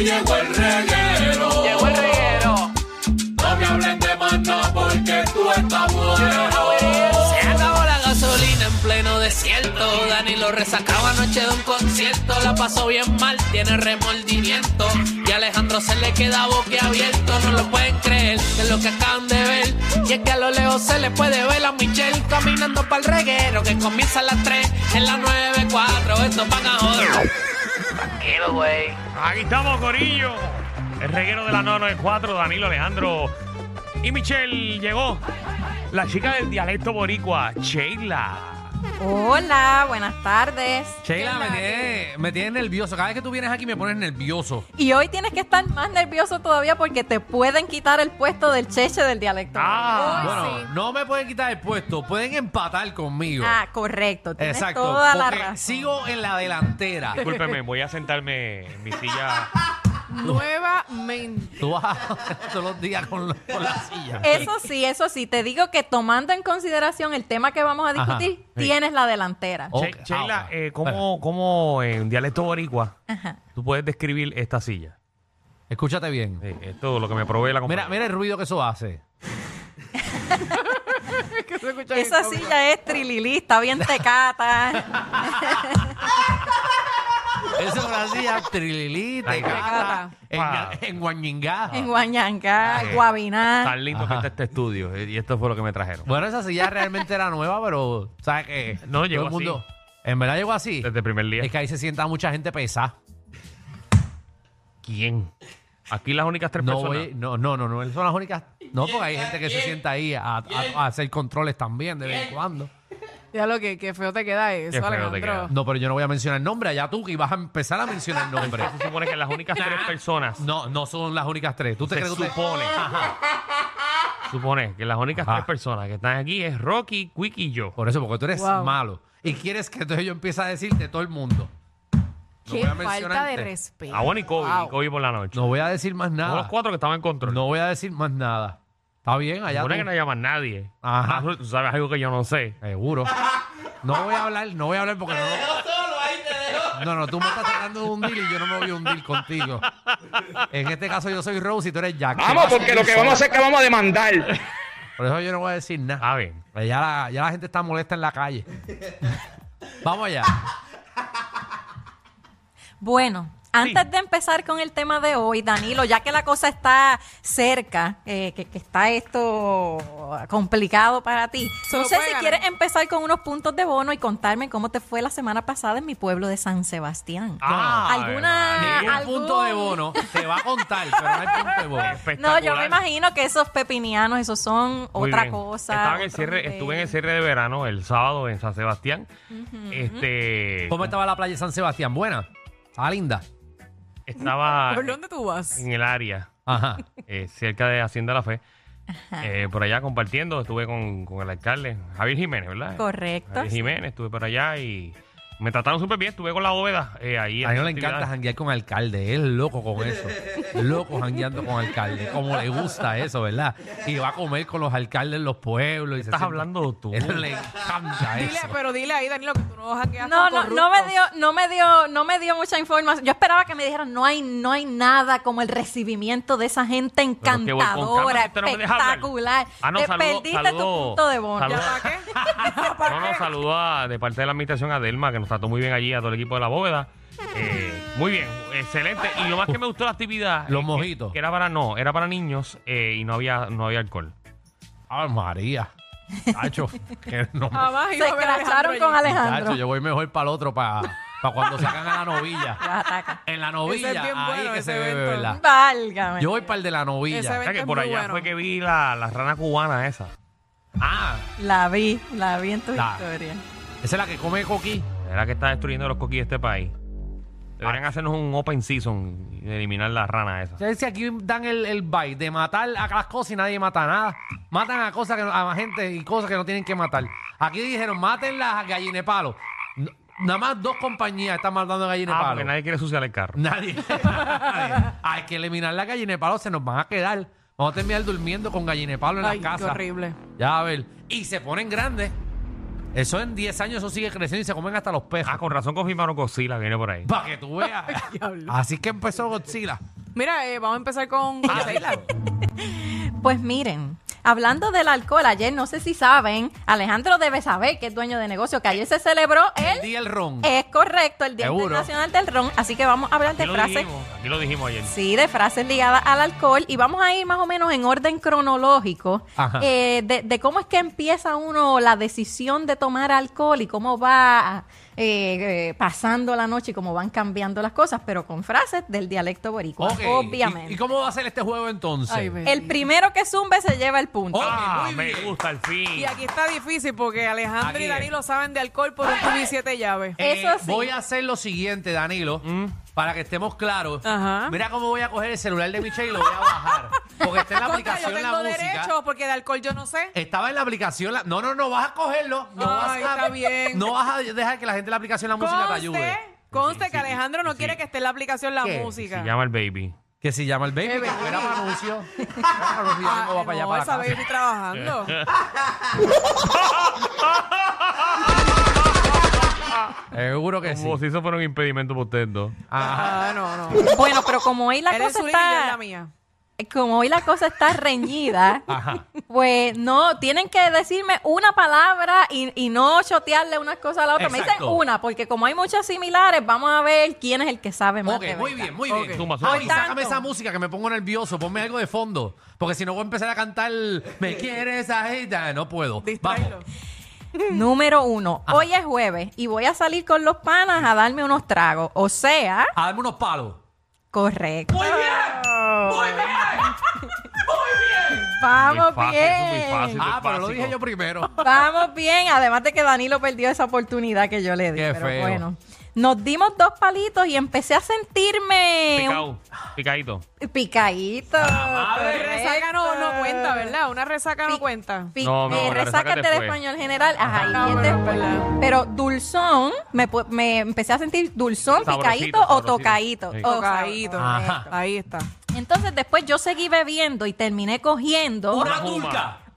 Llegó el reguero. Llegó el reguero. No me hablen de maná porque tú estás bueno. Se acabó la gasolina en pleno desierto. Dani lo resacaba anoche de un concierto. La pasó bien mal, tiene remordimiento. Y a Alejandro se le queda boquiabierto. No lo pueden creer, es lo que acaban de ver. Y es que a lo lejos se le puede ver a Michelle caminando para el reguero que comienza a las 3 en las 9, 4. Estos van a joder. Tranquilo, güey. Aquí estamos, Corillo. El reguero de la 994, Danilo Alejandro y Michelle llegó. La chica del dialecto boricua, Sheila. Hola, buenas tardes. Sheila, me tienes me tiene nervioso. Cada vez que tú vienes aquí me pones nervioso. Y hoy tienes que estar más nervioso todavía porque te pueden quitar el puesto del cheche del dialecto. Ah, bueno, no me pueden quitar el puesto, pueden empatar conmigo. Ah, correcto. Tienes Exacto. toda la porque razón. sigo en la delantera. Discúlpeme, voy a sentarme en mi silla. Nuevamente. Tú vas todos los días con, la- con la silla. Eso sí, eso sí. Te digo que tomando en consideración el tema que vamos a Ajá, discutir, sí. tienes la delantera. Ok, Che- Sheila, ahora. eh, ¿cómo, ¿cómo en dialecto boricua tú puedes describir esta silla? Escúchate bien. Eh, es todo lo que me provee la compañía. Mira, mira el ruido que eso hace. Que se escucha Esa bien silla es trililí, está bien tecata. Esa es una silla trililita, Ay, en, en Guañingá. En Guañangá, Sí. Guabiná. Tan lindo que está este estudio. eh, Y esto fue lo que me trajeron. Bueno, esa silla realmente era nueva, pero ¿sabes qué? No, llegó así. En verdad llegó así. Desde el primer día. Es que ahí se sienta mucha gente pesada. ¿Quién? Aquí las únicas tres No, personas. voy- no, no, no, no, son las únicas. No, porque hay gente que se sienta ahí a, a- a hacer controles también de vez en cuando. Ya lo que, que feo te queda eso, Qué feo te Alejandro. queda. No, pero yo no voy a mencionar nombres. Allá tú que vas a empezar a mencionar nombres. Se supone que las únicas tres personas. No, no son las únicas tres. ¿Tú te Se crees que tú te- supone. supone que las únicas Ajá. tres personas que están aquí es Rocky, Quick y yo. Por eso, porque tú eres Wow. malo. Y quieres que entonces yo empiece a decirte todo el mundo. No Qué voy a eh. falta de mencionarte. respeto. Ah, bueno, y Kobe, Wow. y Kobe por la noche. No voy a decir más Son los nada. cuatro que estaban en control. No voy a decir más nada. ¿Está bien? Allá Supone que tú. no llaman nadie. Ajá. Ah, Tú sabes algo que yo no sé. Seguro. No voy a hablar, no voy a hablar porque no. No, no, tú me estás tratando de hundir y yo no me voy a hundir contigo. En este caso yo soy Rose y tú eres Jack. Vamos, porque lo que vamos a hacer es que vamos a demandar. Por eso yo no voy a decir nada. Ah, bien. Pues Ya la, ya la gente está molesta en la calle. Vamos allá. Bueno, antes de empezar con el tema de hoy, Danilo, ya que la cosa está cerca, eh, que, que está esto complicado para ti, Solo no sé puede si ganar. quieres empezar con unos puntos de bono y contarme cómo te fue la semana pasada en mi pueblo de San Sebastián. Ah, ¿Alguna- Ningún algún- punto de bono te va a contar, pero no hay punto de bono. No, espectacular. yo me imagino que esos pepinianos, esos son Muy otra bien. cosa. Estaba en el otro cierre, nivel. estuve en el cierre de verano el sábado en San Sebastián. Este ¿Cómo estaba la playa de San Sebastián? Buena. Estaba linda. estaba ¿Por dónde tú vas? en el área. Ajá. eh, cerca de Hacienda La Fe. Eh, por allá compartiendo, estuve con, con el alcalde, Javier Jiménez, ¿verdad? Correcto. Javier Jiménez, estuve por allá y me trataron súper bien, estuve con la bóveda eh, ahí. A en mí no las le encanta actividades. janguear con alcalde, es loco con eso. Loco jangueando con alcalde, como le gusta eso, ¿verdad? Y va a comer con los alcaldes en los pueblos. Y se Estás sienta- hablando tú. Él le encanta Dile, eso. pero dile ahí, Danilo, que tú no vas a quedar No, con no, no me corruptos. dio, no me dio, no me dio mucha información. Yo esperaba que me dijeran, no hay, no hay nada como el recibimiento de esa gente Pero es que voy con encantadora, cámara, usted Ah, no me deja hablar. espectacular. Ah, no, Te saludo, perdiste saludo, tu punto de bono. saludo. ¿Ya para No, qué? no, saludo a- de parte de la administración a Delma, que nos trató muy bien allí, a todo el equipo de la bóveda. Eh, muy bien, excelente. Y lo más que me gustó la actividad. Los eh, que- mojitos. Que era para, no, era para niños eh, y no había, no había alcohol. Ay, Ah, María. Tacho, que no me- Jamás Se iba a ver a Ah, Alejandro escracharon con allí. Alejandro. Tacho, yo voy mejor para el otro, para cuando sacan a la novilla. Los ataca. En la novilla, Ese es bien ahí bueno, que ese se bebe, evento. ¿verdad? Válgame. Yo voy para el de la Ese novilla. O sea, Esto que es por muy allá bueno. fue que vi la, la rana cubana esa. Ah, La vi, la vi en tu La- historia. esa es la que come coquí. Era que está destruyendo los coquis de este país. Deberían Ah. hacernos un open season y eliminar la rana esa. Ustedes si aquí dan el, el bye de matar a las cosas y nadie mata nada. Matan a cosas que no- a gente y cosas que no tienen que matar. Aquí dijeron, maten las gallinepalos. No- nada más dos compañías están matando Ah, gallinepalos. porque nadie quiere suciar el carro. nadie. Hay que eliminar las gallinepalos, se nos van a quedar. Vamos a terminar durmiendo con gallinepalos en Ay, la qué casa. horrible. Ya a ver. Y se ponen grandes. Eso en 10 años, eso sigue creciendo y se comen hasta los peces. Ah, con razón confirmaron Godzilla que viene por ahí. Para que tú veas. Diablo. Así que empezó Godzilla. Ah, Mira, eh, vamos a empezar con Sheila. Pues miren, hablando del alcohol, ayer no sé si saben, Alejandro debe saber que es dueño de negocio, que ayer se celebró El el... día el ron. Es correcto, el Día Seguro. Internacional del Ron, así que vamos a hablar Aquí de lo frases dijimos, aquí lo dijimos ayer. Sí, de frases ligadas al alcohol y vamos a ir más o menos en orden cronológico Ajá. eh, de, de cómo es que empieza uno la decisión de tomar alcohol y cómo va eh, eh, pasando la noche y cómo van cambiando las cosas, pero con frases del dialecto boricua, Ok, ¿y- obviamente. ¿Y, cómo va a ser este juego entonces? pues, Ay, ve. el primero que zumbe se lleva el punto. Oh. Ah, Muy me bien. gusta el fin. Y aquí está difícil porque Alejandro Aquí y es. Danilo saben de alcohol por un tubo y siete llaves. Eh, Eso sí. Voy a hacer lo siguiente, Danilo, para que estemos claros. Ajá. Mira cómo voy a coger el celular de Michelle y lo voy a bajar. Porque está en la Contra, aplicación yo tengo la música. derecho porque de alcohol yo no sé. Estaba en la aplicación. la- No, no, no, vas a cogerlo. No Ay, vas a... está bien. No vas a dejar que la gente de la aplicación la música te ayude. Conste, conste que Alejandro no sí. quiere que esté en la aplicación la ¿Qué? música. Se llama el baby. Que si llama el baby, que fuera para anuncio. Para anuncio, yo Ah, vengo para allá, para no, la esa casa. vez estoy trabajando. Seguro que sí. Como si eso fuera un impedimento para ustedes dos. Ajá. Ah, no, no. Bueno, pero como hoy la Eres cosa su y yo es está... la mía. como hoy la cosa está reñida, Ajá. pues no, tienen que decirme una palabra y, y no chotearle una cosa a la otra. Me dicen Exacto. una, porque como hay muchas similares, vamos a ver quién es el que sabe más. Ok, de muy verdad. bien, muy bien. Ok. Zumba, zumba. Ay, Por sácame tanto. esa música que me pongo nervioso. Ponme algo de fondo. Porque si no voy a empezar a cantar Me quieres ajita. No puedo. Distráelo. Número uno, hoy es jueves y voy a salir con los panas a darme unos tragos. O sea, a darme unos palos. correcto. ¡Muy bien! ¡Muy bien! Vamos Muy fácil, eso es muy bien. fácil. Ah, pero lo Básico. dije yo primero. Vamos bien, además de que Danilo perdió esa oportunidad que yo le di. Qué pero feo. bueno, nos dimos dos palitos y empecé a sentirme un Picao, picadito. Picadito. Pero correcto. resaca no, no cuenta, ¿verdad? Una resaca Pi- no cuenta. Pi- No, mi eh, amor, resácate resácate de fue. español general. Ajá, y Ah, bien bueno, después. ¿verdad? Pero dulzón, me, pu- me empecé a sentir dulzón, Sabrosito, picadito o sabrosito. tocadito. Sí. O Tocadito. Ajá. correcto. Ahí está. Entonces después yo seguí bebiendo y terminé cogiendo ¡Una una, turca!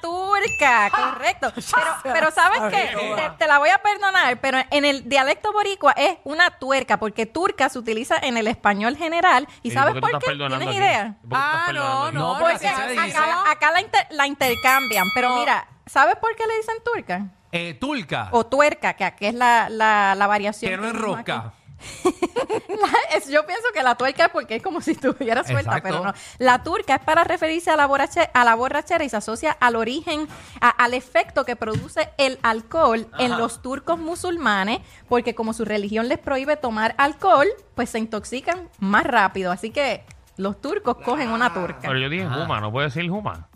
turca, correcto. Pero, pero sabes que te, te la voy a perdonar, pero en el dialecto boricua es una tuerca, porque turca se utiliza en el español general. ¿Y Sí, sabes qué tú por estás qué? perdonando ¿Tienes aquí? idea? ¿Por qué tú estás Ah, perdonando aquí? No, porque porque así se acá- dice. Acá, la- acá la, inter- la intercambian, pero mira, ¿sabes por qué le dicen turca? Eh, Ah. turca. O tuerca, que aquí es la, la, la variación. Que no tenemos aquí. enrosca. La- es- yo pienso que la tuerca es porque es como si estuviera suelta, Exacto. pero no. La turca es para referirse a la, borrache- a la borrachera y se asocia al origen, a- al efecto que produce el alcohol en los turcos musulmanes, porque como su religión les prohíbe tomar alcohol, pues se intoxican más rápido. Así que los turcos cogen una turca. Pero yo dije Ah. Juma, no puedo decir Juma.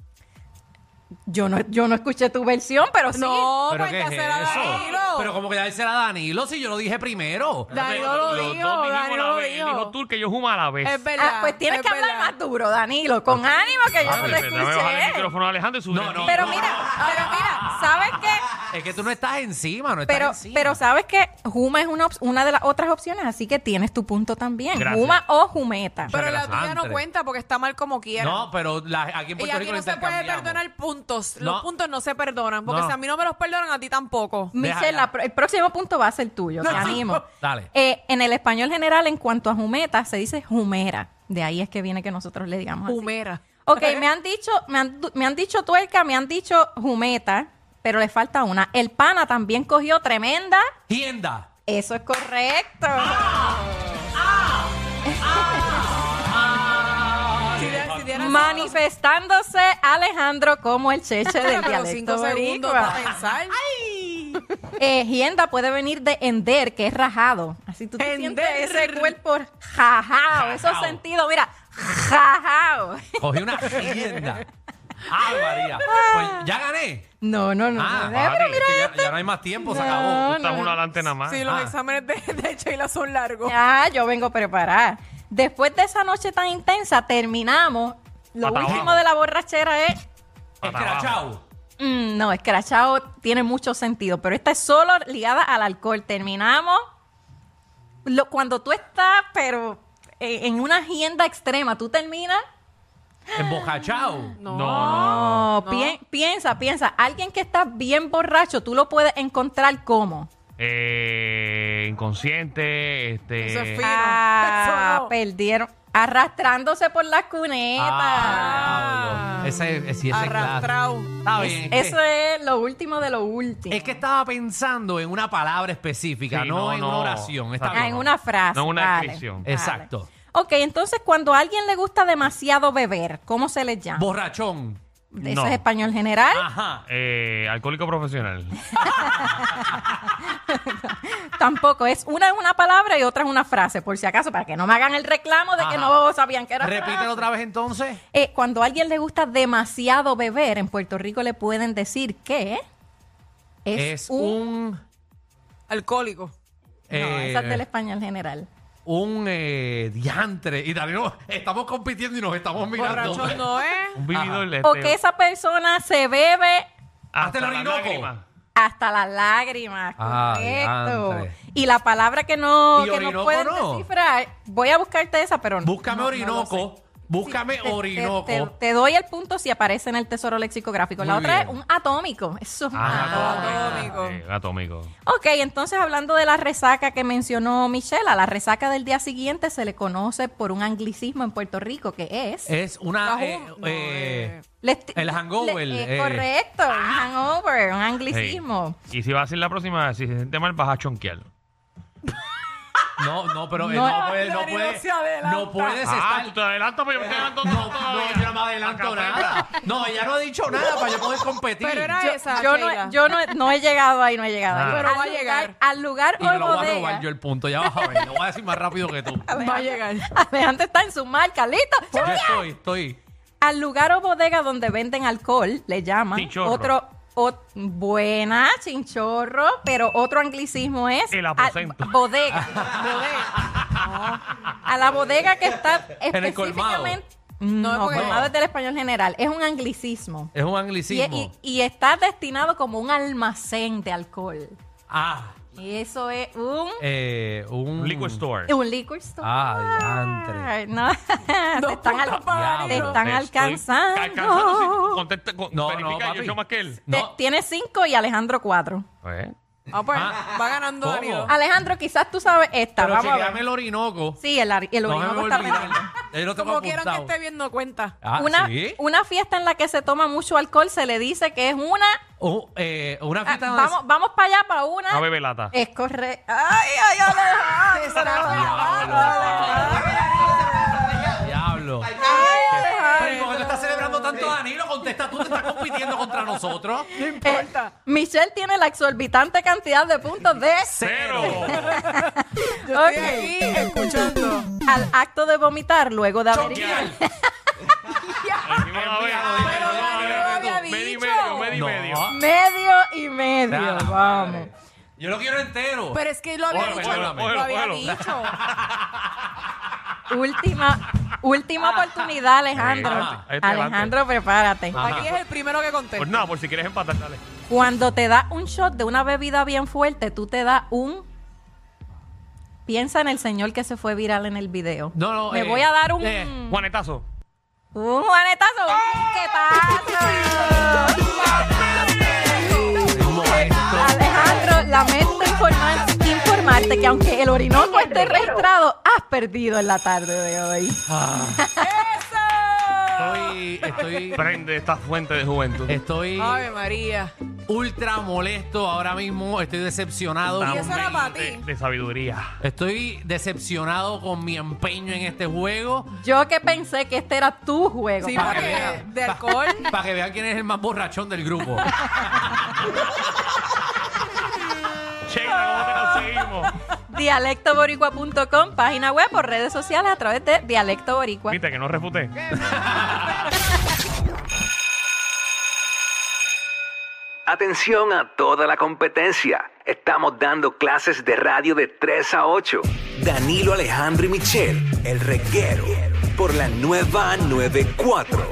Yo no, yo no escuché tu versión, pero sí. No, ¿Pero qué porque es se la eso? Pero pues, Danilo. como que dársela a Danilo si yo lo dije primero. Danilo Los lo dijo, dos dijimos Danilo la lo vez. Él dijo dijo. tú que yo Juma a la vez. Es verdad. Ah, pues tienes es que hablar verdad. más duro, Danilo, con ánimo que yo Ah, no te espérate, dame bajar el escuché. micrófono a Alejandro y subir No, el no. mío. Pero mira, pero mira, ¿sabes qué? Es que tú no estás encima, no estás Pero, encima. pero sabes que Juma es una, op- una de las otras opciones, así que tienes tu punto también. Gracias. Juma o Jumeta. Pero la Sangre. tuya no cuenta porque está mal como quiera. No, pero la- aquí en y Puerto aquí Rico no lo se puede intercambiamos. perdonar puntos. No. Los puntos no se perdonan. Porque No. si a mí no me los perdonan, a ti tampoco. Michelle, déjala. la pro- el próximo punto va a ser tuyo, te No, animo. dale. Eh, en el español general, en cuanto a Jumeta, se dice Jumera. De ahí es que viene que nosotros le digamos así. Humera. Ok, me han dicho, me han, du- me han dicho tuerca, me han dicho jumeta, pero le falta una. El pana también cogió tremenda. Tienda. Eso es correcto. Ah, Si de- si tienes- Manifestándose Alejandro como el cheche del Pero dialecto cinco segundos para boricua. pensar. Eh, hienda puede venir de ender, que es rajado. Así tú te sientes ese Hender. cuerpo jajao. Eso Jajao. sentido, mira, jajao. Cogí una tienda. Ah, María. Pues ya gané. No, no, no. Ah, no, no, papi, pero es que ya, ya no hay más tiempo, se acabó. No, Estás uno adelante nada más. Sí, los Ah. exámenes de, de Sheila son largos. Ah, yo vengo preparada. Después de esa noche tan intensa, terminamos. Lo Pata último abajo. de la borrachera es. Escrachado. mm, no, escrachado tiene mucho sentido, pero esta es solo ligada al alcohol. Terminamos. lo- cuando tú estás, pero eh, en una agenda extrema, tú terminas. Embocachado. No, no, no. No, pi- Oh, piensa, piensa. Alguien que está bien borracho, tú lo puedes encontrar como. Eh, inconsciente, este. Eso es fin. Ah, Eso no. perdieron. Arrastrándose por las cunetas. Ah, diablo. Ese es, sí, ese es Arrastrado. clásico. Está bien. es que- Eso es lo último de lo último. Es que estaba pensando en una palabra específica, Sí, no, no, en no. una oración. Está Ah, Ah, bien. en una frase. No una Vale, descripción. vale. Exacto. Ok, entonces cuando a alguien le gusta demasiado beber, ¿cómo se le llama? Borrachón. Eso No. es español general. Ajá. Eh, alcohólico profesional. Tampoco. Es una es una palabra y otra es una frase, por si acaso, para que no me hagan el reclamo de que Ajá. no sabían que era. frase. Repítelo otra vez entonces. Eh, cuando a alguien le gusta demasiado beber, en Puerto Rico le pueden decir que es, Es un... un. Alcohólico. No, eh, esa es del español general. un eh, diantre. Y Dani, no, estamos compitiendo y nos estamos mirando. Borrachón no ¿eh? es. Un vividor de O este- que esa persona se bebe hasta Hazte el la Orinoco. lágrima. hasta las lágrimas. Ah, correcto. diantre. Y la palabra que no, Y que no Orinoco pueden no. descifrar, voy a buscarte esa, pero no. Búscame no, no Orinoco. lo sé. Búscame Sí, te- te- Orinoco. Te, te doy el punto si aparece en el tesoro lexicográfico. La Muy otra bien. es un atómico. Eso es un atómico. Ah, atómico. atómico. Eh, atómico. Ok, entonces hablando de la resaca que mencionó Michelle, a la resaca del día siguiente se le conoce por un anglicismo en Puerto Rico que es... Es La una. eh, jun- no, eh, eh. les- el hangover, le- eh, eh. Correcto, un hangover, un anglicismo. Ey, Y si vas a hacer la próxima, si se siente mal, vas a chonquear. no, no, pero eh, No, no, puedes, no Dani, no puedes. se adelanta. No puedes Ah, estar. tú te adelantas, pero yo me estoy adelantando No, todavía. no, yo no me adelanto Acá, pues. nada. No, ella no ha dicho nada para yo poder competir. Pero era esa. Yo, no, Sheila. yo no, he- no he llegado ahí, no he llegado ahí. Ah. Pero Al va a lugar- llegar. Al lugar Y o me lo voy a bodega. robar yo el punto. Ya vas a ver. Lo voy a decir más rápido que tú. Va a llegar. Alejandro está en su marca, listo. Yo estoy, estoy. Al lugar o bodega donde venden alcohol, le llaman. Chinchorro. Otro, ot- buena, chinchorro, pero otro anglicismo es. El al- aposento. bodega. bodega. No. A la bodega que está En el colmado. específicamente. No, No, porque- colmado es del español general. Es un anglicismo. Es un Y, anglicismo. y- y está destinado como un almacén de alcohol. Ah, Y eso es un, eh, un. Un liquor store. un liquor store. Ah, diantre. Ay, no. te están, al- puntos para te Diablo. están Te estoy alcanzando. Alcanzando, sí, contesta, con, no, No, no, verifica, yo papi. yo más que él. Te- No. Tiene cinco y Alejandro cuatro. Eh, Ah, pues, Ah. va ganando ¿Cómo? Danilo. Alejandro, quizás tú sabes esta. Pero Vamos a chequeame ver. el Orinoco. Sí, el, ar- el no me Orinoco voy a está olvidar. perdido. Yo lo tengo Como quieran que apuntado. esté viendo cuenta. Ah, una, ¿sí? una fiesta en la que se toma mucho alcohol se le dice que es una. Un- eh, una ah, fiesta donde vamos vamos para allá, para una. Una bebelata. Es correcto. ¡Ay, ay, Alejandro! Alejandro, se- Diablo. Pero ¿y por qué tú estás celebrando tanto Danilo? Contesta tú, te estás compitiendo contra nosotros. Eh, Michelle tiene la exorbitante cantidad de puntos de. Cero. Yo estoy Ok. aquí escuchando. Al acto de vomitar luego de haber. Choquear. Encima la vez. Ah, Pero Danilo había Medio y dicho. medio, medio y medio. No. Medio y medio. Nada, vamos. madre. Yo lo quiero entero. Pero es que lo había Óyelo, dicho. óyelo, lo había óyelo. dicho. Última, Ah. última oportunidad, Alejandro. Ahí está, ahí está Alejandro, prepárate. Aquí es el primero que conté. Pues nada, por si quieres empatar, dale. Cuando te da un shot de una bebida bien fuerte, tú te das un. Piensa en el señor que se fue viral en el video. No, no, Me eh, voy a dar un. eh, Mm. Juanetazo. Un juanetazo. ¡Qué Alejandro, lamento informar- informarte que aunque el Orinoco esté registrado, has perdido en la tarde de hoy. Estoy, estoy, Prende esta fuente de juventud. estoy Ave María. ultra molesto ahora mismo. Estoy decepcionado. Y con eso era mi- para De, ti. de sabiduría. Estoy decepcionado con mi empeño en este juego. Yo que pensé que este era tu juego. Sí, papá. que porque vean. de alcohol. Para que vean quién es el más borrachón del grupo. Sheila, ¿cómo te conseguimos? Dialectoboricua.com, página web o redes sociales a través de Dialecto Boricua. Viste que no refuté. Atención a toda la competencia. Estamos dando clases de radio de 3 a 8. Danilo Alejandro y Michel, el reguero, por la nueva 94.